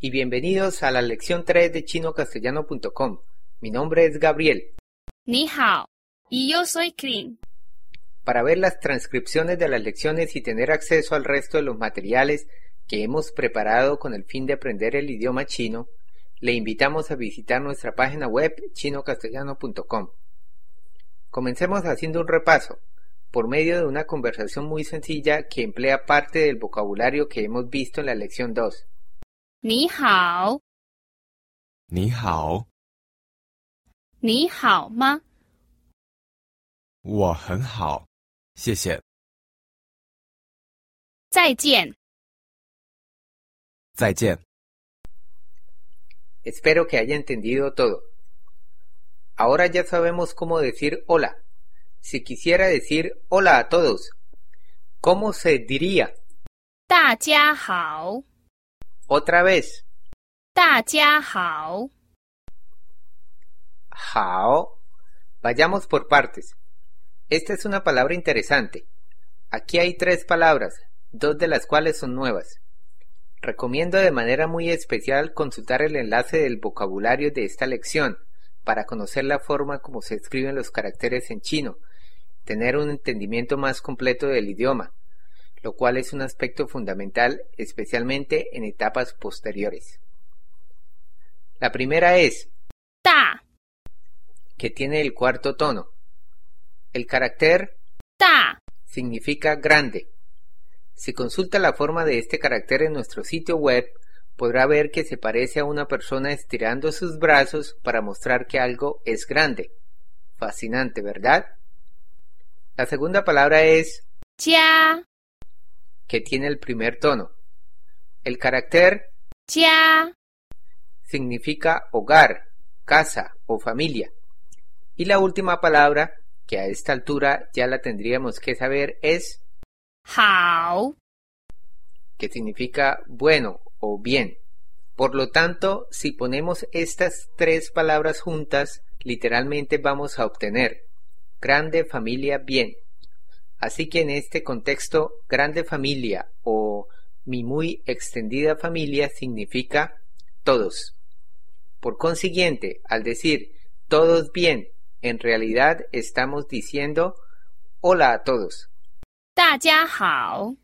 y bienvenidos a la lección 3 de chinocastellano.com. Mi nombre es Gabriel. Ni hao. Y yo E soy Clean. Para ver las transcripciones de las lecciones y tener acceso al resto de los materiales que hemos preparado con el fin de aprender el idioma chino, le invitamos a visitar nuestra página web chinocastellano.com. Comencemos haciendo un repaso por medio de una conversación muy sencilla que emplea parte del vocabulario que hemos visto en la lección 2. Ni hao. 你好， Ni hao ma. 我很好，谢谢，再见。再见。 Espero que haya entendido todo. Ahora ya sabemos cómo decir hola. Si quisiera decir hola a todos, ¿cómo se diría? 大家好。 Otra vez, 大家好。 hao. Vayamos por partes. Esta es una palabra interesante. Aquí hay tres palabras, dos de las cuales son nuevas. Recomiendo de manera muy especial consultar el enlace del vocabulario de esta lección para conocer la forma como se escriben los caracteres en chino, tener un entendimiento más completo del idioma, lo cual es un aspecto fundamental especialmente en etapas posteriores. La primera es 大 que tiene el cuarto tono. El carácter 大 significa grande. Si consulta la forma de este carácter en nuestro sitio web, podrá ver que se parece a una persona estirando sus brazos para mostrar que algo es grande. Fascinante, ¿verdad? La segunda palabra es 家 que tiene el primer tono. El carácter 家 significa hogar, casa o familia. Y la última palabra, que a esta altura ya la tendríamos que saber, es 好 que significa bueno o bien. Por lo tanto, si ponemos estas tres palabras juntas, literalmente vamos a obtener grande familia bien. Así que en este contexto, grande familia o mi muy extendida familia significa todos. Por consiguiente, al decir todos bien, en realidad estamos diciendo hola a todos. 大家好。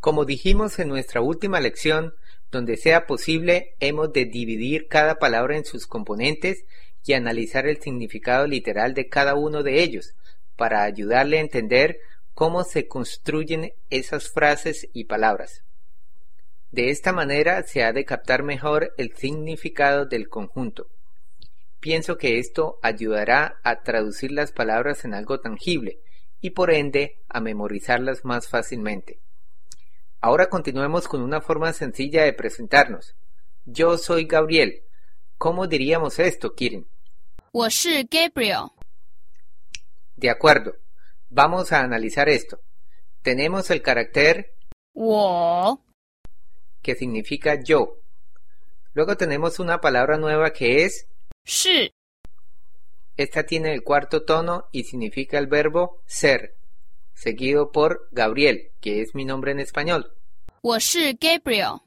Como dijimos en nuestra última lección, donde sea posible hemos de dividir cada palabra en sus componentes y analizar el significado literal de cada uno de ellos, para ayudarle a entender cómo se construyen esas frases y palabras. De esta manera se ha de captar mejor el significado del conjunto. Pienso que esto ayudará a traducir las palabras en algo tangible y por ende a memorizarlas más fácilmente. Ahora continuemos con una forma sencilla de presentarnos. Yo soy Gabriel. ¿Cómo diríamos esto, Kirin? 我是 Gabriel。 De acuerdo. Vamos a analizar esto. Tenemos el carácter 我 que significa yo. Luego tenemos una palabra nueva que es, 是 esta tiene el cuarto tono y significa el verbo ser, seguido por Gabriel, que es mi nombre en español. 我是 Gabriel。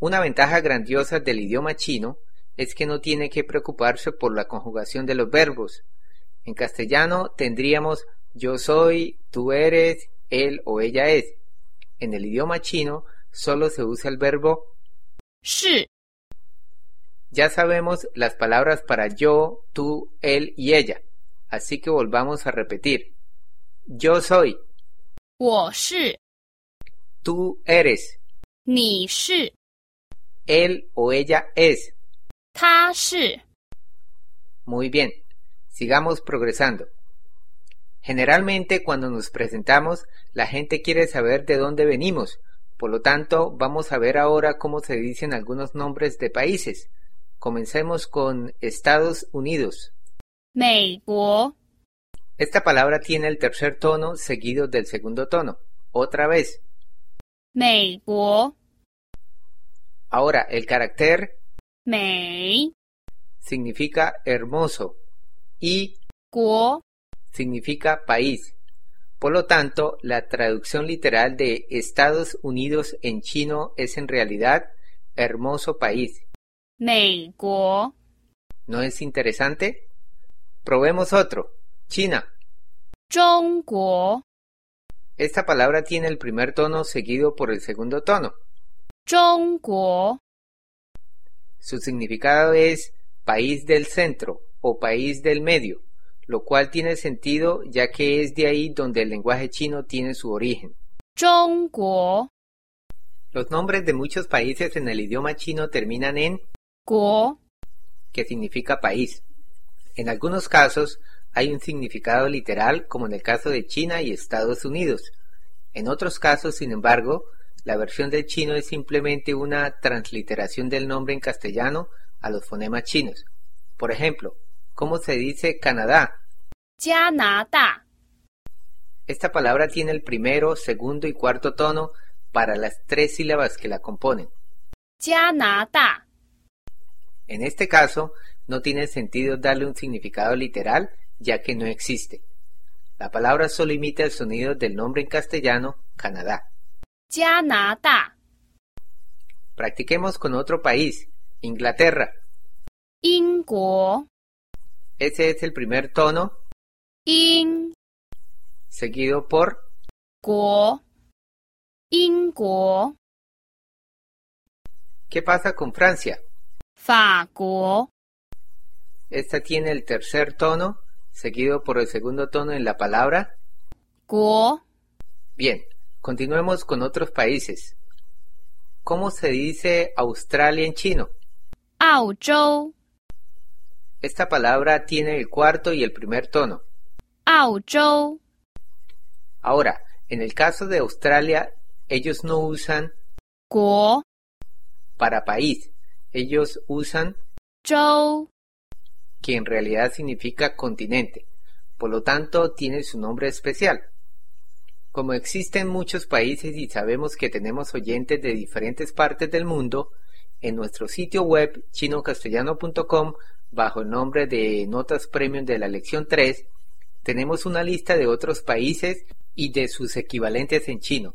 Una ventaja grandiosa del idioma chino es que no tiene que preocuparse por la conjugación de los verbos. En castellano tendríamos yo soy, tú eres, él o ella es. En el idioma chino solo se usa el verbo 是 ya sabemos las palabras para yo, tú, él y ella. Así que volvamos a repetir. Yo soy, 我是 tú eres, 你是 él o ella es. 他是 Muy bien, sigamos progresando. Generalmente cuando nos presentamos, la gente quiere saber de dónde venimos. Por lo tanto, vamos a ver ahora cómo se dicen algunos nombres de países. Comencemos con Estados Unidos. 美国 Esta palabra tiene el tercer tono seguido del segundo tono. Otra vez. 美国 Ahora, el carácter 美 significa hermoso y 国 significa país. Por lo tanto, la traducción literal de Estados Unidos en chino es en realidad hermoso país. 美国， ¿No es interesante? Probemos otro. China. 中国， Esta palabra tiene el primer tono seguido por el segundo tono. 中国， Su significado es país del centro o país del medio, lo cual tiene sentido ya que es de ahí donde el lenguaje chino tiene su origen. 中国， Los nombres de muchos países en el idioma chino terminan en 国， que significa país. En algunos casos hay un significado literal, como en el caso de China y Estados Unidos. En otros casos, sin embargo, la versión del chino es simplemente una transliteración del nombre en castellano a los fonemas chinos. Por ejemplo, ¿cómo se dice Canadá? 加拿大， Esta palabra tiene el primero, segundo y cuarto tono para las tres sílabas que la componen. 加拿大， En este caso, no tiene sentido darle un significado literal, ya que no existe. La palabra solo imita el sonido del nombre en castellano, Canadá. 加拿大， Practiquemos con otro país, Inglaterra. 英国， Ese es el primer tono, 英 seguido por 国，英国， ¿qué pasa con Francia? 法国， Esta tiene el tercer tono, seguido por el segundo tono en la palabra. 国， Bien, continuemos con otros países. ¿Cómo se dice Australia en chino? 澳洲， Esta palabra tiene el cuarto y el primer tono. 澳洲， Ahora, en el caso de Australia, ellos no usan 国 para país, ellos usan 州， que en realidad significa continente. Por lo tanto, tiene su nombre especial. Como existen muchos países y sabemos que tenemos oyentes de diferentes partes del mundo, en nuestro sitio web chinocastellano.com, bajo el nombre de Notas Premium de la lección 3, tenemos una lista de otros países y de sus equivalentes en chino.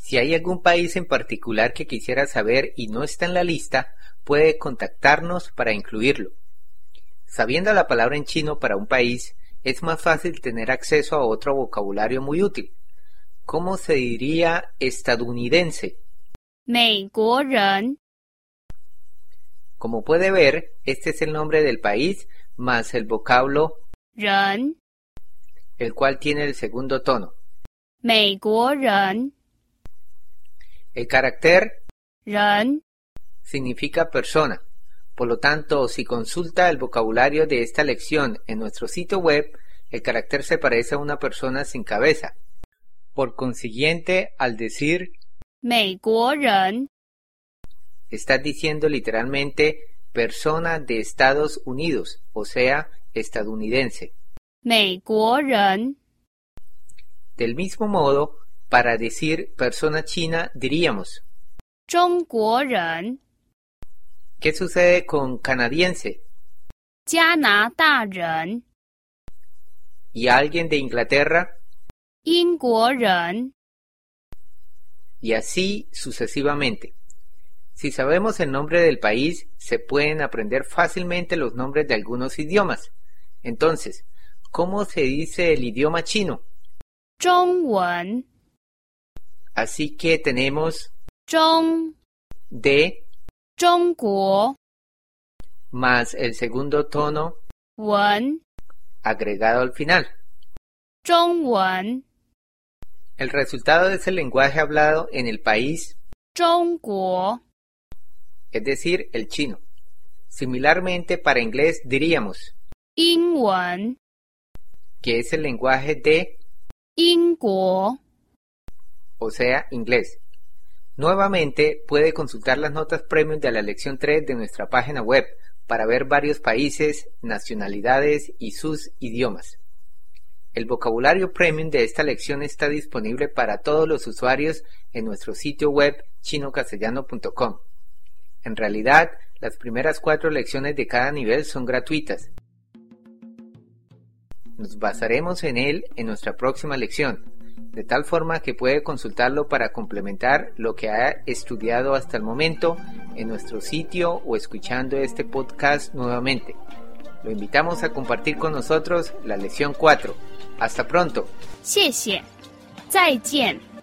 Si hay algún país en particular que quisiera saber y no está en la lista, puede contactarnos para incluirlo. Sabiendo la palabra en chino para un país, es más fácil tener acceso a otro vocabulario muy útil. ¿Cómo se diría estadounidense? 美国人， Como puede ver, este es el nombre del país más el vocablo, 人， el cual tiene el segundo tono. 美国人， El carácter 人， significa persona. Por lo tanto, si consulta el vocabulario de esta lección en nuestro sitio web, el carácter se parece a una persona sin cabeza. Por consiguiente, al decir 美国人， estás diciendo literalmente persona de Estados Unidos, o sea, estadounidense. 美国人， Del mismo modo, para decir persona china diríamos, 中国人， ¿qué sucede con canadiense? 加拿大人， ¿Y alguien de Inglaterra? 英国人， Y así sucesivamente. Si sabemos el nombre del país, se pueden aprender fácilmente los nombres de algunos idiomas. Entonces, ¿cómo se dice el idioma chino? 中文， Así que tenemos 中， de 中国 más el segundo tono 文， agregado al final. 中文， El resultado es el lenguaje hablado en el país, 中国， es decir, el chino. Similarmente, para inglés diríamos 英文， que es el lenguaje de, 英国， o sea, inglés. Nuevamente, puede consultar las notas premium de la lección 3 de nuestra página web para ver varios países, nacionalidades y sus idiomas. El vocabulario premium de esta lección está disponible para todos los usuarios en nuestro sitio web chinocastellano.com. En realidad, las primeras cuatro lecciones de cada nivel son gratuitas. Nos basaremos en él en nuestra próxima lección. de tal forma que puede consultarlo para complementar lo que ha estudiado hasta el momento en nuestro sitio o escuchando este podcast nuevamente. Lo invitamos a compartir con nosotros la lección 4. Hasta pronto. 谢谢，再见。